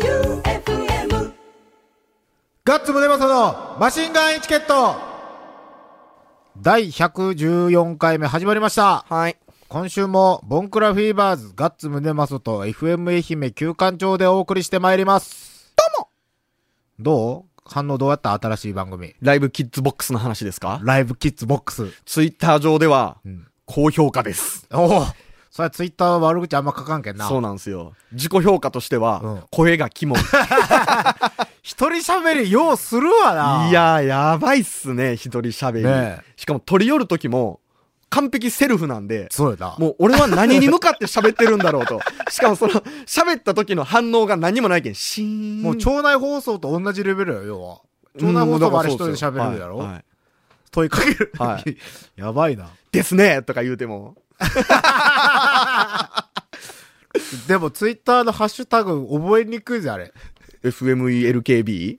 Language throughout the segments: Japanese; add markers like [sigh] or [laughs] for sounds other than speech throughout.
J-O-E-U-F-M ガッツムネマソのマシンガンエチケット第114回目始まりましたはい。今週もボンクラフィーバーズガッツムネマソと FM 愛媛旧館長でお送りしてまいりますどうもどう反応どうやった新しい番組ライブキッズボックスの話ですかライブキッズボックスツイッター上ではん、高評価です。おおそれはツイッターは悪口あんま書かんけんなそうなんですよ。自己評価としてうんは、声がキモい。 [laughs] 一人喋りようするわないやー、やばいっすね、一人喋ねり。しかも取り寄る時も、完璧セルフなんで、そうやなもう俺は何に向かって喋ってるんだろうと。 [laughs] しかもその、喋った時の反応が何もないけん、シーン。もう町内放送と同じレベルよ要は町内放送はあれ一人で喋るやろ、うんだからそうですよはいはい問いかける。は [laughs] やばいな。ですねとか言う [laughs] ても。でも、ツイッターのハッシュタグ覚えにくいぜ、あれ。 FMELKB?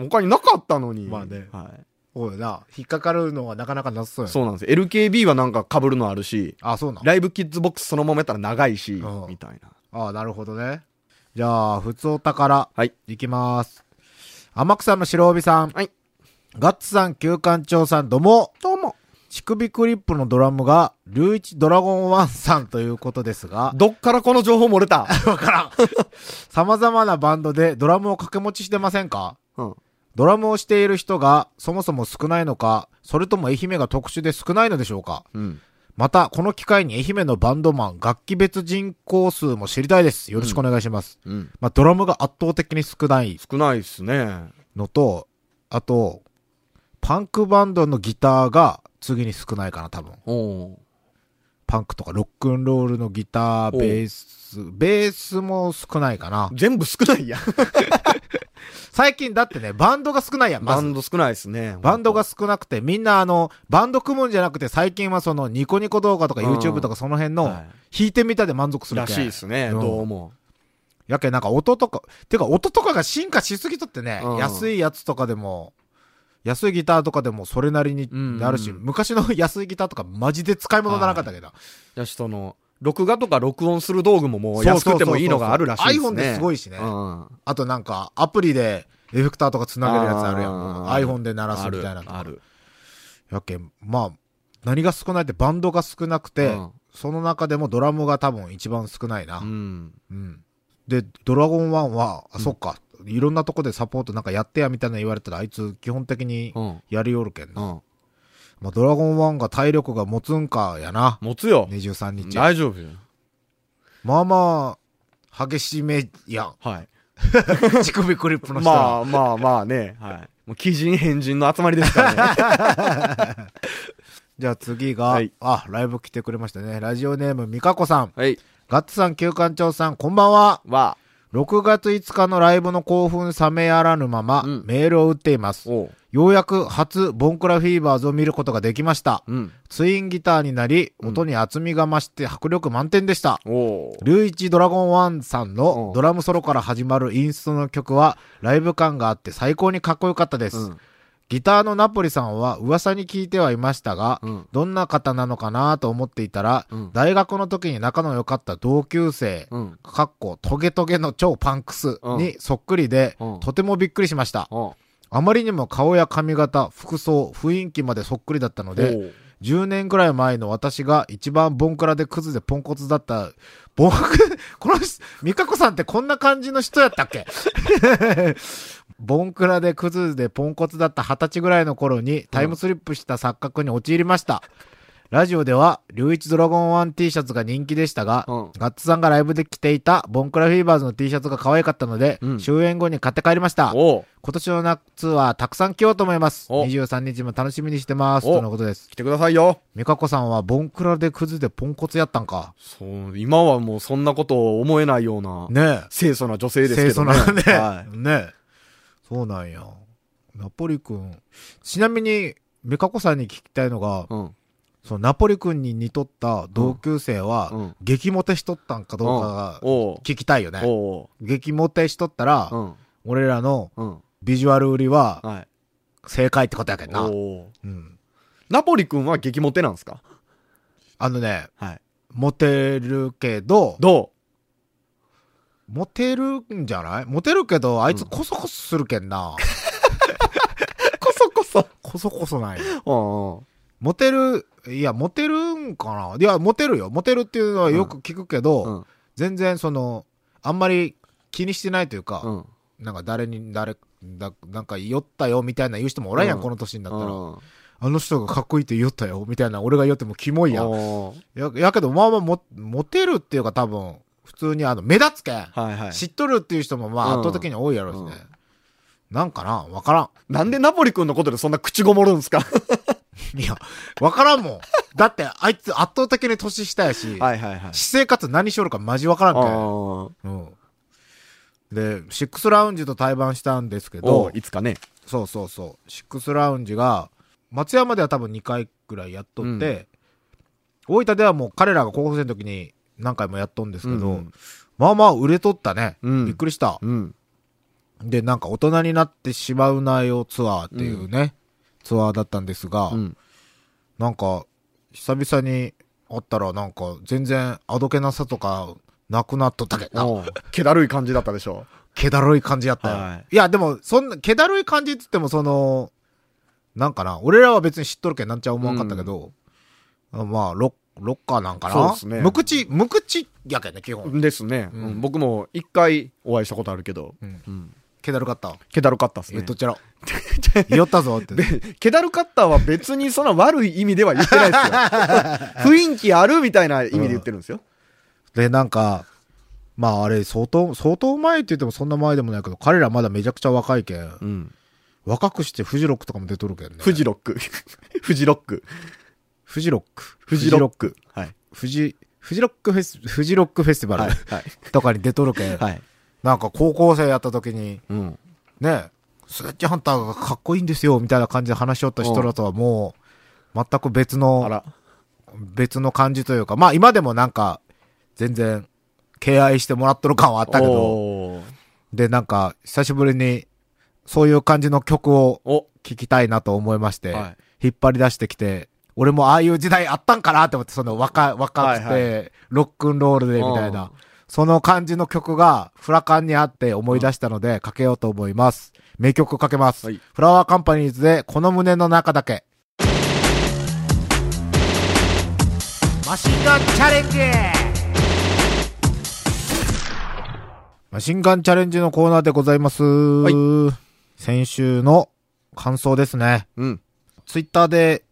[laughs] 他になかったのに。まあねはい。おいな。引っかかるのはなかなかなさそうやなそうなんです。LKB はなんか被るのあるし、あ、そうなん。ライブキッズボックスそのままやったら長いしうん、みたいな。あなるほどね。じゃあ、普通お宝。はい。いきます。天草の白帯さん。はい。ガッツさん、旧館長さん、どうも。どうも。乳首クリップのドラムが、龍一ドラゴンワンさんということですが、どっからこの情報漏れた [laughs] わからん。様々なバンドでドラムを掛け持ちしてませんかうん。ドラムをしている人がそもそも少ないのか、それとも愛媛が特殊で少ないのでしょうかうん。また、この機会に愛媛のバンドマン、楽器別人口数も知りたいです。よろしくお願いします。うん。まあ、ドラムが圧倒的に少ない少ないっすね。のと、あと、パンクバンドのギターが次に少ないかな、多分。おパンクとかロックンロールのギター、おうベース、ベースも少ないかな。全部少ない [laughs] やん。最近だってね、バンドが少ないやん、まバずン。ド少ないっすね。バンドが少なくて、みんなあの、バンド組むんじゃなくて、最近はその、ニコニコ動画とかうん YouTube とかその辺の、は弾いてみたで満足すいるらけしいっすね。うんどうも。やけんなんか音とか、てか音とかが進化しすぎとってね、うん安いやつとかでも、安いギターとかでもそれなりになるし、うん昔の安いギターとかマジで使い物ならなかったけど。やし、その、録画とか録音する道具ももう安くてもいいのがあるらしいっすね。 iPhone ですごいしねうん。あとなんか、アプリでエフェクターとか繋げるやつあるやん。あー iPhone で鳴らすあみるたいなの。ある。やけん、まあ、何が少ないってバンドが少なくて、うんその中でもドラムが多分一番少ないな。うん。うん。で、ドラゴン1は、あ、そっか。いろんなとこでサポートなんかやってやみたいな言われたら、あいつ基本的にうん。やりよるけんうな。ん。まあ、ドラゴン1が体力が持つんかやな。持つよ。 23日。大丈夫よ。。まあまあ、激しめやん [laughs] はい。乳首クリップの人まは。あまあまあね。はい。もう、鬼人変人の集まりですからね。じゃあ次が、はいあ、ライブ来てくれましたね。ラジオネーム、みかこさん。はい。ガッツさん、旧館長さん、こんばんは。は、 6月5日のライブの興奮冷めやらぬまま、うんメールを打っています。おう。ようやく初、ボンクラフィーバーズを見ることができました。うん。ツインギターになり、うん音に厚みが増して迫力満点でした。おう。ルーイチドラゴンワンさんうのんドラムソロから始まるインストの曲はライブ感があって最高にかっこよかったです。うん。ギターのナポリさんは噂に聞いてはいましたが、うん。どんな方なのかなと思っていたら、うん大学の時に仲の良かった同級生、うん。かっこトゲトゲの超パンクスにそっくりで、うんとてもびっくりしました。おう。あまりにも顔や髪型、服装、雰囲気までそっくりだったので、10年くらい前の私が一番ボンクラでクズでポンコツだった、ボンク、 [laughs] この人、ミカコさんってこんな感じの人やったっけ [laughs] ボンクラでクズでポンコツだった二十歳ぐらいの頃にタイムスリップした錯覚に陥りました。ラジオでは、龍一ドラゴンワン T シャツが人気でしたが、うんガッツさんがライブで着ていたボンクラフィーバーズの T シャツが可愛かったので、うん終演後に買って帰りました。おう。今年の夏はたくさん着ようと思います。お23日も楽しみにしてます。おとのことです。来てくださいよ。美香子さんはボンクラでクズでポンコツやったんか。そう、今はもうそんなことを思えないような、ね清楚な女性え。ですけ清楚どなね。ね。はねえ。そうなんや。ナポリ君。ちなみに、美香子さんに聞きたいのが、い。うん。そのナポリ君に似とった同級生は、うん激モテしとったんかどうかがおう。聞きたいよね。おう。激モテしとったら、うん。俺らのうん。ビジュアル売りははい。正解ってことやけんな。おう。うん。ナポリ君は激モテなんですかあのね、はい。モテるけど、どモテるんじゃないモテるけど、あいつコソコソするけんな。こそこそ。 [laughs] コソコソない。うんうん。モテる、いや、モテるんかないや、モテるよ。モテるっていうのはよく聞くけど、うん全然その、あんまり気にしてないというか、うん。なんか誰に、誰、だなんか酔ったよみたいな言う人もおらんやん、うんこの年になったら。うんあの人がかっこいいって酔ったよみたいな、俺が酔ってもキモいやん。おーや、やけど、まあまあモ、モテるっていうか多分、普通にあの、目立つけん、はいはい。知っとるっていう人もまあうん圧倒的に多いやろうしね。なんかなわからなんでナポリ君のことでそんな口ごもるんす [laughs] かん。いや、わからんもん。だって、あいつ圧倒的に年下やし、はいはいはい。私生活何しよるかマジわからんけあん。うん。で、シックスラウンジと対バンしたんですけどどう、いつかね。そうそうそう。シックスラウンジが、松山では多分2回くらいやっとって、大分ではもう彼らが高校生の時に何回もやっとんですけど、うんまあまあ売れとったね。うんびっくりした。うん。で、なんか大人になってしまうなよツアーっていうね、ツアーだったんですが、うん。なんか、久々に会ったらなんか全然あどけなさとかなくなっとったけどな、おー気だるい感じだったでしょ。気だるい感じやったよ。、はいや、でも、そんな、気だるい感じって言ってもその、なんかな、俺らは別に知っとるけんなんちゃ思わんかったけど、まあ、ロッ、ロッカーなんかなそうっすね無口、無口やけんね、基本。ですね。うんうん僕も一回お会いしたことあるけどう。ん。うん。気だるかった。気だるかったっす言ねっと。っ [laughs] ちゃろ。言ったぞって。気だるかったは別にそんな悪い意味では言ってない [laughs] ですよ。雰囲気あるみたいな意味で言ってるんですよ。で、なんか、まああれ、相当、相当前って言ってもそんな前でもないけど、彼らまだめちゃくちゃ若いけん。うん。若くしてフジロックとかも出とるけんね。フジロック。 [laughs] フジロック。フジロック。フジロック。はい。フジ、フジロックフェス、フジロックフェスティバル、はい。はい。とかに出とるけん。はい。なんか高校生やった時に、うん。ね、スレッジハンターがかっこいいんですよ、みたいな感じで話しよった人らとはもう、全く別あの、ら。別の感じというか、まあ今でもなんか、全然、敬愛してもらっとる感はあったけど、おーで、なんか、久しぶりに、そういう感じの曲をお。聴きたいなと思いまして、は引っ張り出してきて、俺もああいう時代あったんかなって思って、その若、若くて、はいロックンロールでみたいうんな、その感じの曲がフラカンにあって思い出したので、かけようと思います。名曲かけます。はいフラワーカンパニーズで、この胸の中だけ。マシンガンチャレンジマシンガンチャレンジのコーナーでございます。先週の感想ですね。うん。ツイッターで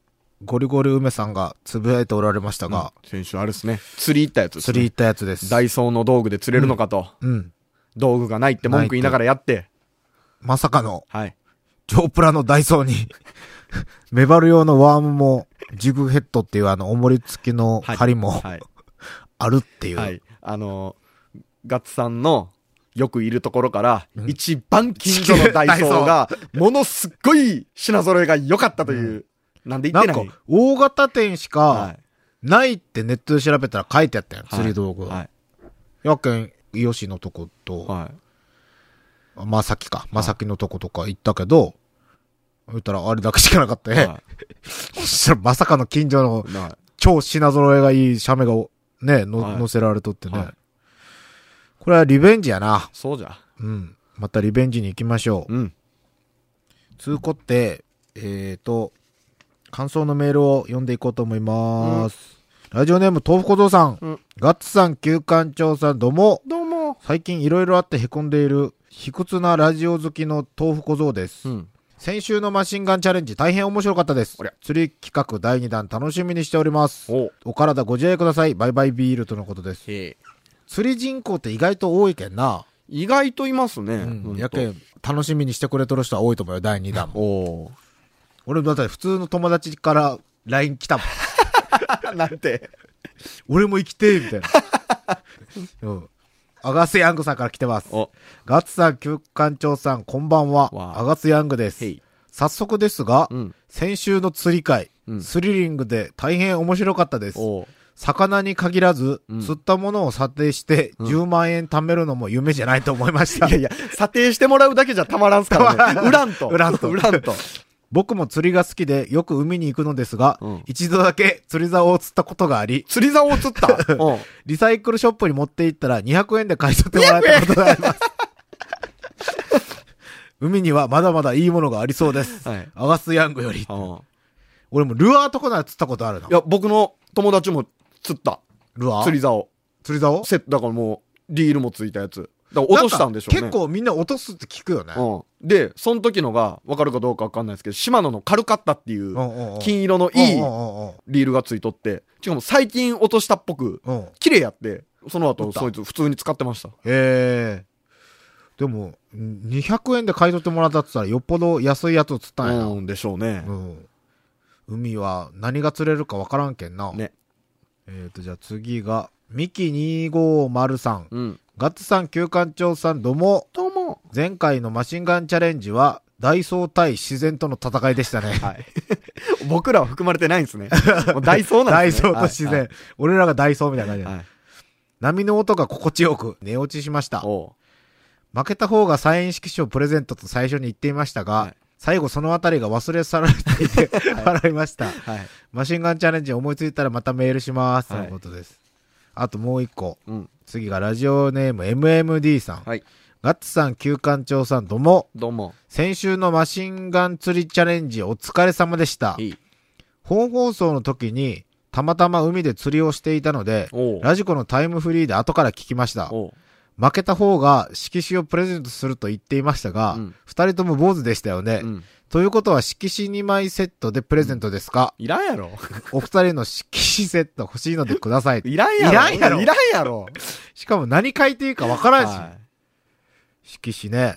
ゴリゴリ梅さんがつぶやいておられましたが、先週あれですね。釣り行ったやつですね釣り行ったやつです。ダイソーの道具で釣れるのかと。うん。道具がないって文句言いながらやって。まさかの、はい。ジョープラのダイソーに、メバル用のワームも、ジグヘッドっていうあの、重り付きのはい針もはい。あるっていう。はい。あのー、ガッツさんのよくいるところから、一番近所のダイソーが、ものすっごい品揃えが良かったという。なんで言なっんてないか、大型店しはかい。ないってネットで調べたら書いてあったよ、釣り道具。はい。やけん、イオシのとこと、はい。まさきか、まさきのとことか行ったけど、言ったらあれだけしかなかったね。はそしたらまさかの近所のいは超品揃えがいい写メがお、ね、の、はい載せられとっていね、はいこれはリベンジやな。そうじゃ。うん。またリベンジに行きましょう。うん。通行って、えーと、感想のメールを読んでいこうと思います。ラジオネーム、豆腐小僧さん,、うんガッツさん、旧館長さん、どうも。どうも。最近いろいろあって凹んでいる、卑屈なラジオ好きの豆腐小僧です。うん。先週のマシンガンチャレンジ大変面白かったですおりゃ。釣り企画第2弾楽しみにしております。おお体ご自愛ください。バイバイビールとのことです。へえ。釣り人口って意外と多いけんな。意外といますね。う。うんんやけん、楽しみにしてくれとる人は多いと思うよ、第2弾も。おー俺、だって普通の友達から LINE 来たもん。なんて。俺も生きてーみたいな。 [laughs] うん。アガス・ヤングさんから来てます。お。ガッツさん、旧館長さん、こんばんは。わあアガス・ヤングでへすい。早速ですが、うん。先週の釣り会、うんスリリングで大変面白かったです。おー魚に限らず、うん釣ったものを査定して、10万円貯めるのも夢じゃないと思いました。 [laughs] いやいや、査定してもらうだけじゃたまらんすからね。売らんと。売らんと売らんと。僕も釣りが好きでよく海に行くのですが、うん一度だけ釣り竿を釣ったことがあり、釣り竿を釣った。 [laughs] うん。リサイクルショップに持って行ったら200円で買い取ってもらったことがあり [laughs] ます。海にはまだまだいいものがありそうです。はい。アガス・ヤングより。うん。俺もルアーとかなら釣ったことあるないや、僕の友達も釣った。ルアー釣り竿。釣り竿セット、だからもう、リールもついたやつ。だから落としたんでしょうね。なんか結構みんな落とすって聞くよね。うん。で、その時のが、わかるかどうかわかんないですけど、シマノの軽かったっていうう、んうんうん金色のいいうんうんうんリールがついとって、しかも最近落としたっぽく、うん。うん綺麗やって、その撮っ後、たそいつ普通に使ってました。ええでも、ん200円で買い取ってもらったって言ったらよっぽど安いやつを釣ったんやな。うんでしょうねう。ん。海は何が釣れるかわからんけんな。ね。えっ、と、じゃあ次が、ミキ250さん。うん。ガッツさん、旧館長さん、どうも。どうも。前回のマシンガンチャレンジは、ダイソー対自然との戦いでしたね。はい。僕らは含まれてないんで [laughs] すね。もうダイソーなダんイですソね。ーと自然。俺らがダイソーみたいな感じはい。で、はいはい波の音が心地よく、寝落ちしました。おう負けた方がサイン色紙をプレゼントと最初に言っていましたが、はい最後そのあたりが忘れ去られていて、笑いました。はい。マシンガンチャレンジ思いついたらまたメールします。はいということです。あともう一個。うん。次がラジオネーム MMD さん。はい。ガッツさん、旧館長さん、どうも。どうも。先週のマシンガン釣りチャレンジお疲れ様でした。いい。本放送の時に、たまたま海で釣りをしていたので、おうラジコのタイムフリーで後から聞きました。おう負けた方が色紙をプレゼントすると言っていましたが、うん二人とも坊主でしたよね。うん。ということは色紙2枚セットでプレゼントですか、いらんやろ。 [laughs] お二人の色紙セット欲しいのでください。いらんやろ。いらんやろいらんやろ。しかも何書いていいかわからんし、はい色紙ね。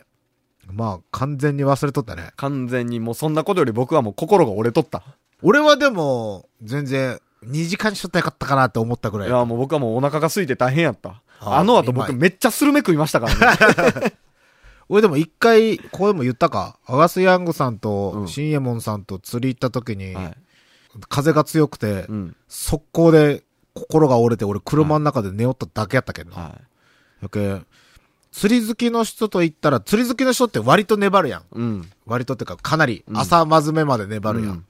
まあ完全に忘れとったね。完全にもうそんなことより僕はもう心が折れとった。俺はでも、全然、2時間にしとったらよかったかなって思ったぐらいい。や、もう僕はもうお腹が空いて大変やった。ああの後今僕めっちゃスルメ食いましたからね。俺でも一回、これも言ったか。アガス・ヤングさんとう、んシンエモンさんと釣り行った時に、はい風が強くて、うん。速攻で心が折れて、俺車の中で寝よっただけやったけどな。はい。やけん釣り好きの人と言ったら、釣り好きの人って割と粘るやん。うん。割とってか、かなり、朝まずめまで粘るやん。うん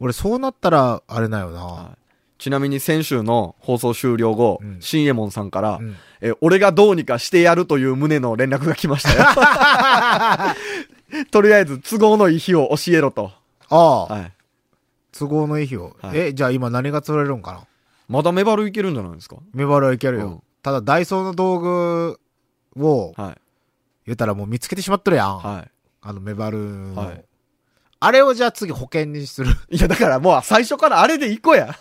俺、そうなったら、あれだよな。ちなみに先週の放送終了後うん、新右衛門さんからうん、え、俺がどうにかしてやるという旨の連絡が来ました [laughs] よ。とりあえず都合のいい日を教えろと。ああ、はい。都合のいい日を。はいえ、じゃあ今何が釣れるんかなまだメバルいけるんじゃないですかメバルはいけるよ。うんただ、ダイソーの道具を、はい。言ったらもう見つけてしまっとるやん。はあのメバルい。の、はい。あれをじゃあ次保険にする。 [laughs] いや、だからもう最初からあれで行こうや。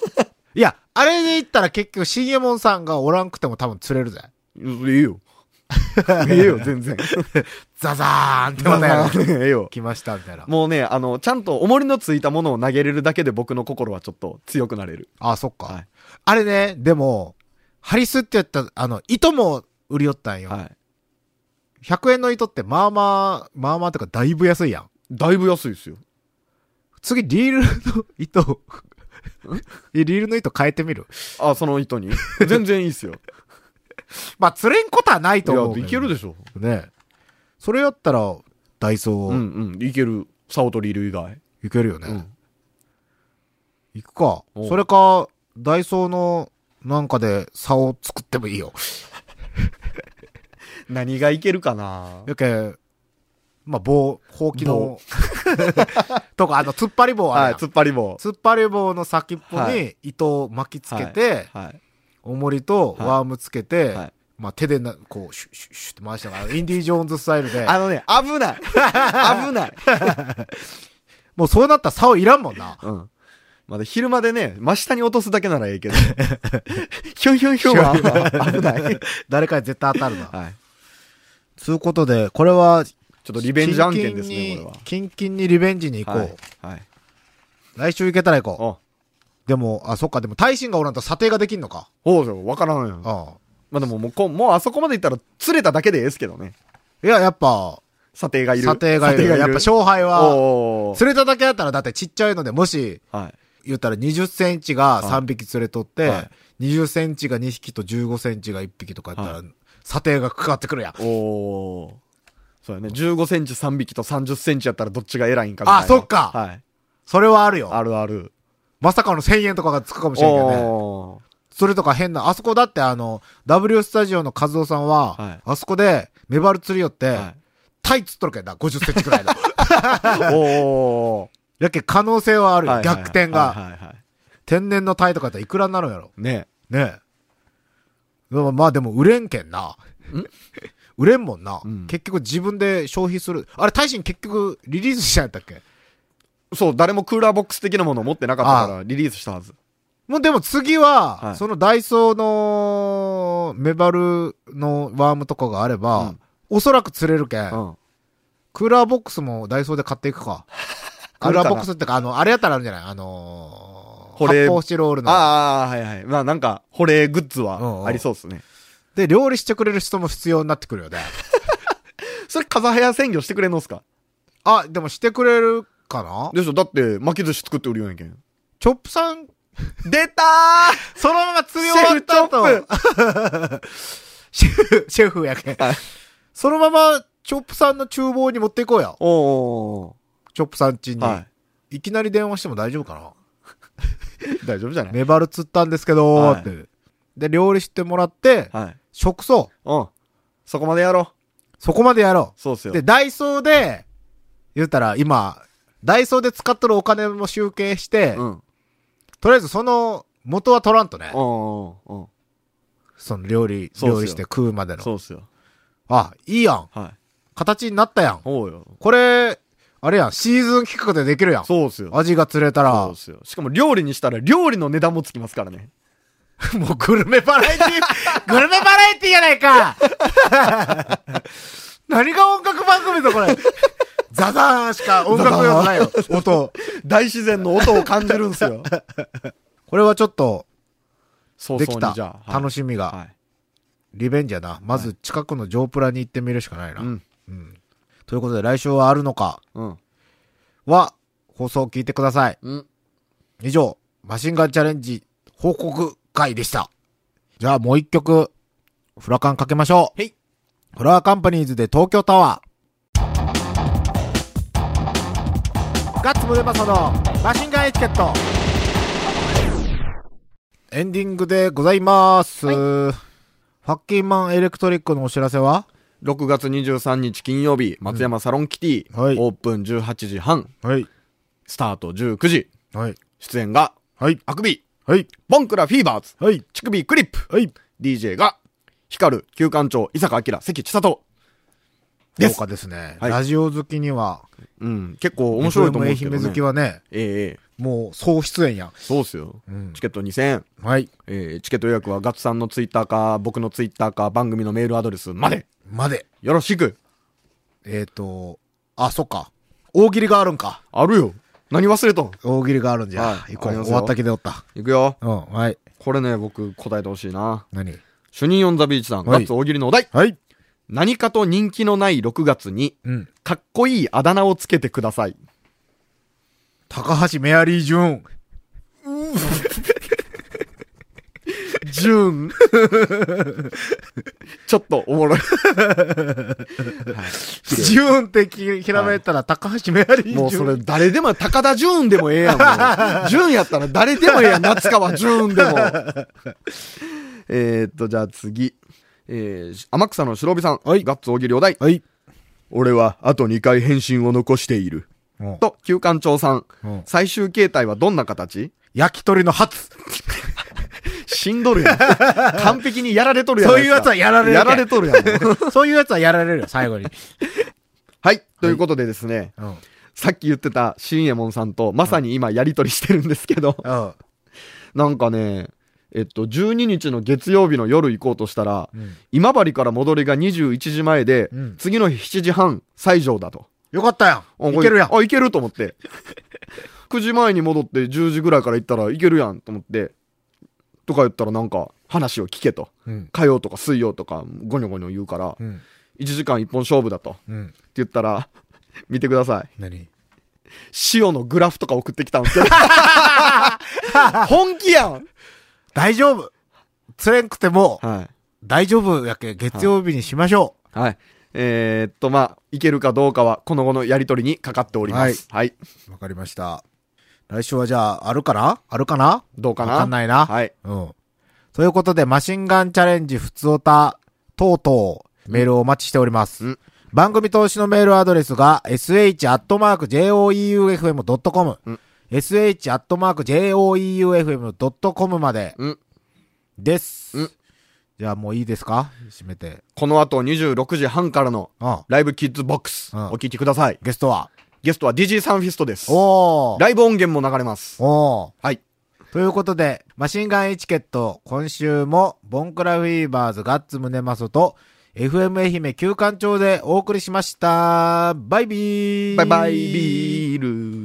いや、あれで言ったら結局、シンエモンさんがおらんくても多分釣れるぜ。ええよ。ええよ、全然。ザザーンってまたやる。 [laughs] ええよ。 [laughs] 来ました、みたいな。もうね、あの、ちゃんと重りのついたものを投げれるだけで僕の心はちょっと強くなれる。あそっか、はいあれね、でも、ハリスってやった、あの、糸も売りよったんよ。はい。 100円の糸って、まあまあ、まあまあってか、だいぶ安いやん。だいぶ安いですよ。次、リールの糸を、リールの糸変えてみる。あ、その糸に。 [laughs] 全然いいっすよ。まあ、釣れんことはないいと思うや、いけるでしょ。ょ。ね。それやったら、ダイソうー、んうん。いける。サオトリール以外。いけるよね。うん。行くか。おうそれか、ダイソーの、なんかで、竿を作ってもいいよ。何がいけるかなやけ、まあ、棒、ほうきの、 [laughs] とか、あの、突っ張り棒あるはい、やん突っ張り棒。突っ張り棒の先っぽはに糸を巻きつけて、はい。重りとワームつけて、はいまあ、手でな、こう、シュッシュッシュッって回しながら、インディ・ージョーンズスタイルで、あのね、危 [laughs] ない危ないもうそうなったら竿いらんもんな。うん。まだ昼間でね、真下に落とすだけならええけど。ひょんひょんひょんは危ない。誰かに絶対当たるな。はい。つうことで、これは、ちょっとリベンジ案件ですね、これは。キンキンにキンキンにリベンジに行こう。はい。はい。来週行けたら行こう。あ、でも、あ、そっか、でも、大臣がおらんと査定ができんのか。そうそう、わからんよ。あまあでももうこ、もうあそこまでいったら釣れただけでええですけどね。あ。いや、やっぱ、査定がいる。査定がいる。やっぱ勝敗は、おー釣れただけだったら、だってちっちゃいので、もし、はい。言ったら20センチが3匹連れとって、はい20センチが2匹と15センチが1匹とかやったら、は査定がかかってくるやん。おーそうやね。15センチ3匹と30センチやったらどっちが偉いんかみたいな。あ、そっか、はい。それはあるよ。あるある。まさかの1000円とかがつくかもしれんけどね。おーそれとか変な、あそこだってあの、W スタジオの和夫さんは、はいあそこで、メバル釣り寄って、はいタイっつっとるけんな、50センチくらい [laughs] の。 [laughs] おやけん可能性はあるーよ、はいはいはい逆転が、はいはいは天然のタイとかやったらいくらになるんやろ。いねねえ。でもまあでも売れんけんな。売れんもんな、うん結局自分で消費する。あれ、大臣結局リリースしたんやったっけそう、誰もクーラーボックス的なものを持ってなかったからリリースしたはず。もうでも次は、はいそのダイソーのメバルのワームとかがあれば、うんおそらく釣れるけん,、うん。クーラーボックスもダイソーで買っていく [laughs] か。クーあるかラーなボックスってか、あの、あれやったらあるんじゃないあのー、保冷発泡スチロールの。ああ、はいはい。まあなんか、保冷グッズうんうんはありそうですね。で、料理してくれる人も必要になってくるよね。それ、風早鮮魚してくれんのっすかあ、でもしてくれるかなでしょだって、巻き寿司作って売るようやけん。チョップさん、出た [laughs] そのまま釣ーり終わった後、シシェフチョッェフ、シェフやけんはい。そのまま、チョップさんの厨房に持っていこうや。プおチョップさん家ーに。はい。きなり電話しても大丈夫かない大丈夫じゃないメバル釣ったんですけどはいって。で、料理してもらって、はい。食草。うん。そこまでやろう。そこまでやろそうっすう。よ。で、ダイソーで、言ったら今、ダイソーで使っとるお金も集計して、うん。とりあえずその元は取らんとね。うんうんうん。その料理、そうっすよ料理して食うまでの。そうっすよ。あ、いいやん。はい。形になったやん。そうよ。これ、あれやん、シーズン企画でできるやん。そうっすよ。味が釣れたら、そうっすよ。しかも料理にしたら料理の値段もつきますから [laughs] ね。もうグルメバラエティ、 [laughs] グルメバラエティやないか [laughs] 何が音楽番組だこれ。ザザーンしか音楽用じないよ、音。大自然の音を感じるん [laughs] すよ。これはちょっと、そうでそきうにたじゃ、あ。楽ししみが、はい。リベンジやな。まず近くのジョープラに行ってみるしかないな。うん。ということで来週はあるのかうん。は、放送を聞いてください。うん。以上、マシンガンチャレンジ報告会でした。じゃあもう一曲、フラカンかけましょう。はいフラワーカンパニーズで東京タワー。ガッツムネマソのマシンガンエチケット。エンディングでございます。ファッキンマンエレクトリックのお知らせは6月23日金曜日、松山サロンキティ、うんはいオープン18時半、はい。スタート19時、はい。出演が、はい。あくび、はい。ボンクラフィーバーズ、はい。乳首クリップ、はい。 DJ が、光る、旧館長、伊坂明、関千里。で豪す華ですね。はいラジオ好きには、うん、結構面白いと思うんですけ FM ど愛ね。媛好きはね、ええええもう総出演やん。そうっすよ。うんチケット2000円。はい。えーチケット予約はガッツさんのツイッターか、僕のツイッターか、番組のメールアドレスまで。まで。よろしく。えっ、と、あ、そっか。大喜利があるんか。あるよ。何忘れとん大喜利があるんじゃ。はい行こあうります終よわった気でおった。いくよ。うん、はい。これね、僕答えてほしいな。何主任オンザビーチさん、はいガッツ大喜利のお題。はい。何かと人気のない6月に、うん。かっこいいあだ名をつけてください。高橋メアリージューン。ジュン。 [laughs] ちょっとおもろい。ジューンってひひらめいたら高橋メアリージューン。もうそれ誰でも、高田ジュンでもええやんも [laughs] う。ジュンやったら誰でもええやん、夏川ジュンでも。えーっと、じゃあ次。えー、天草の白帯さん。ガッツ大喜利お題。はい。俺はあと2回返信を残している。うんと、旧館長さん。うん最終形態はどんな形焼き鳥の初。死んどるや [laughs] ん。完璧にやられとるやん。そういうやつはやられる。やられとるやん。 [laughs] そういうやつはやられるよ、最後に。はい。ということでですね、うん。うん。さっき言ってた新右衛門さんとまさに今やりとりしてるんですけど、あなんかね、えっと、12日の月曜日の夜行こうとしたら、ん今治から戻りが21時前で、うん次の日7時半、西条だと。よかったあやん。いけるやん。これあ、いけると思って。9時前に戻って10時ぐらいから行ったらいけるやんと思って、とか言ったらなんか話を聞けと。うん。火曜とか水曜とかゴニョゴニョ言うから、うん。 1時間1本勝負だと。ってうん。言ったら、 [laughs] 見てください。何塩のグラフとか送ってきたんですよ。 [laughs] 本気やん大丈夫。釣れんくても、は大丈夫やけ、月曜日にしましょい。はい。えーっと、まあ、いけるかどうかは、この後のやりとりにかかっております。はい。わかりました。来週はじゃあ、あるかなあるかなどうかなわかんないな。はい。うん。ということで、マシンガンチャレンジ普通おた、とうとう、メールをお待ちしております。うん番組投資のメールアドレスが、sh.joeufm.com、うん sh.joeufm.com までうん。です。うんじゃあもういいですか閉めて。この後26時半からの、うん。ライブキッズボックス、うんお聞きください。ゲストはゲストは DJ サンフィストです。おー。ライブ音源も流れます。おー。はい。ということで、マシンガンエチケット、今週も、ボンクラフィーバーズガッツムネマソと、FM 愛媛旧館長でお送りしました。バイビーバイバイ、ビール。